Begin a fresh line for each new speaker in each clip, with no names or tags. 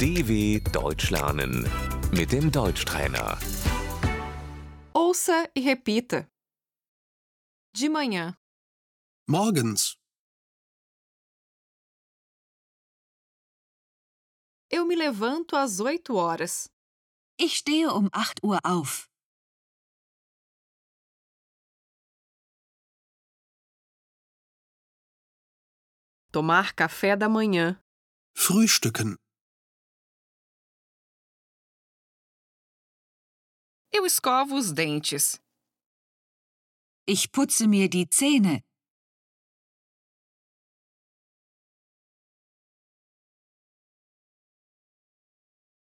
DW Deutsch lernen mit dem Deutschtrainer.
Ouça e repita. De manhã,
Morgens.
eu me levanto às 8 horas.
Ich stehe um 8 Uhr auf.
Tomar café da manhã,
Frühstücken.
eu escovo os dentes.
Ich putze mir die Zähne.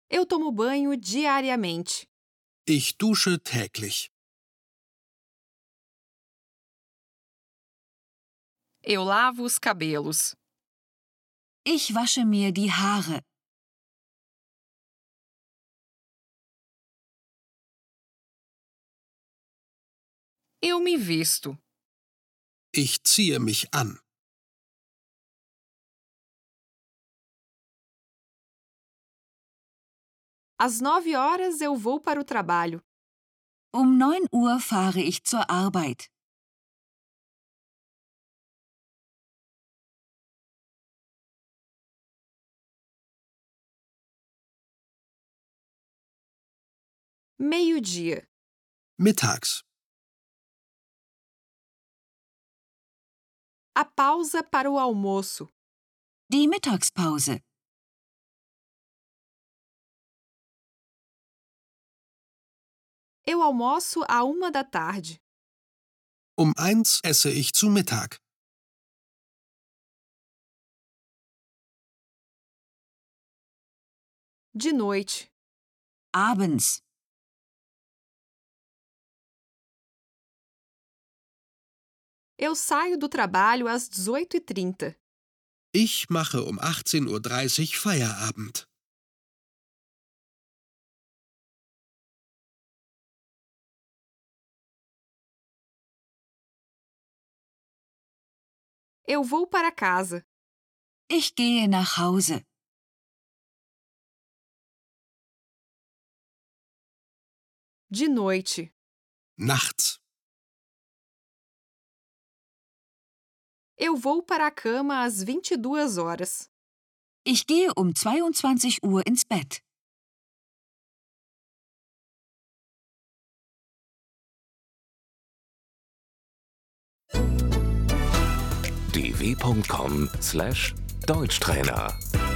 Eu tomo banho diariamente.
Ich dusche täglich.
Eu lavo os cabelos.
Ich wasche mir die Haare.
Eu me visto.
Ich ziehe mich an.
Às 9 horas eu vou para o trabalho.
Um 9 Uhr fahre ich zur Arbeit.
Meio-dia,
Mittags.
a pausa para o almoço.
Die Mittagspause.
Eu almoço à 1 da tarde.
Um eins esse ich zu Mittag.
De noite,
Abends.
eu saio do trabalho às 18h30.
Ich mache um 18.30 Uhr Feierabend.
Eu vou para casa.
Ich gehe nach Hause.
De noite,
Nachts.
eu vou para a cama às 22 horas.
Ich gehe um 22 Uhr ins Bett.
dw.com/deutschtrainer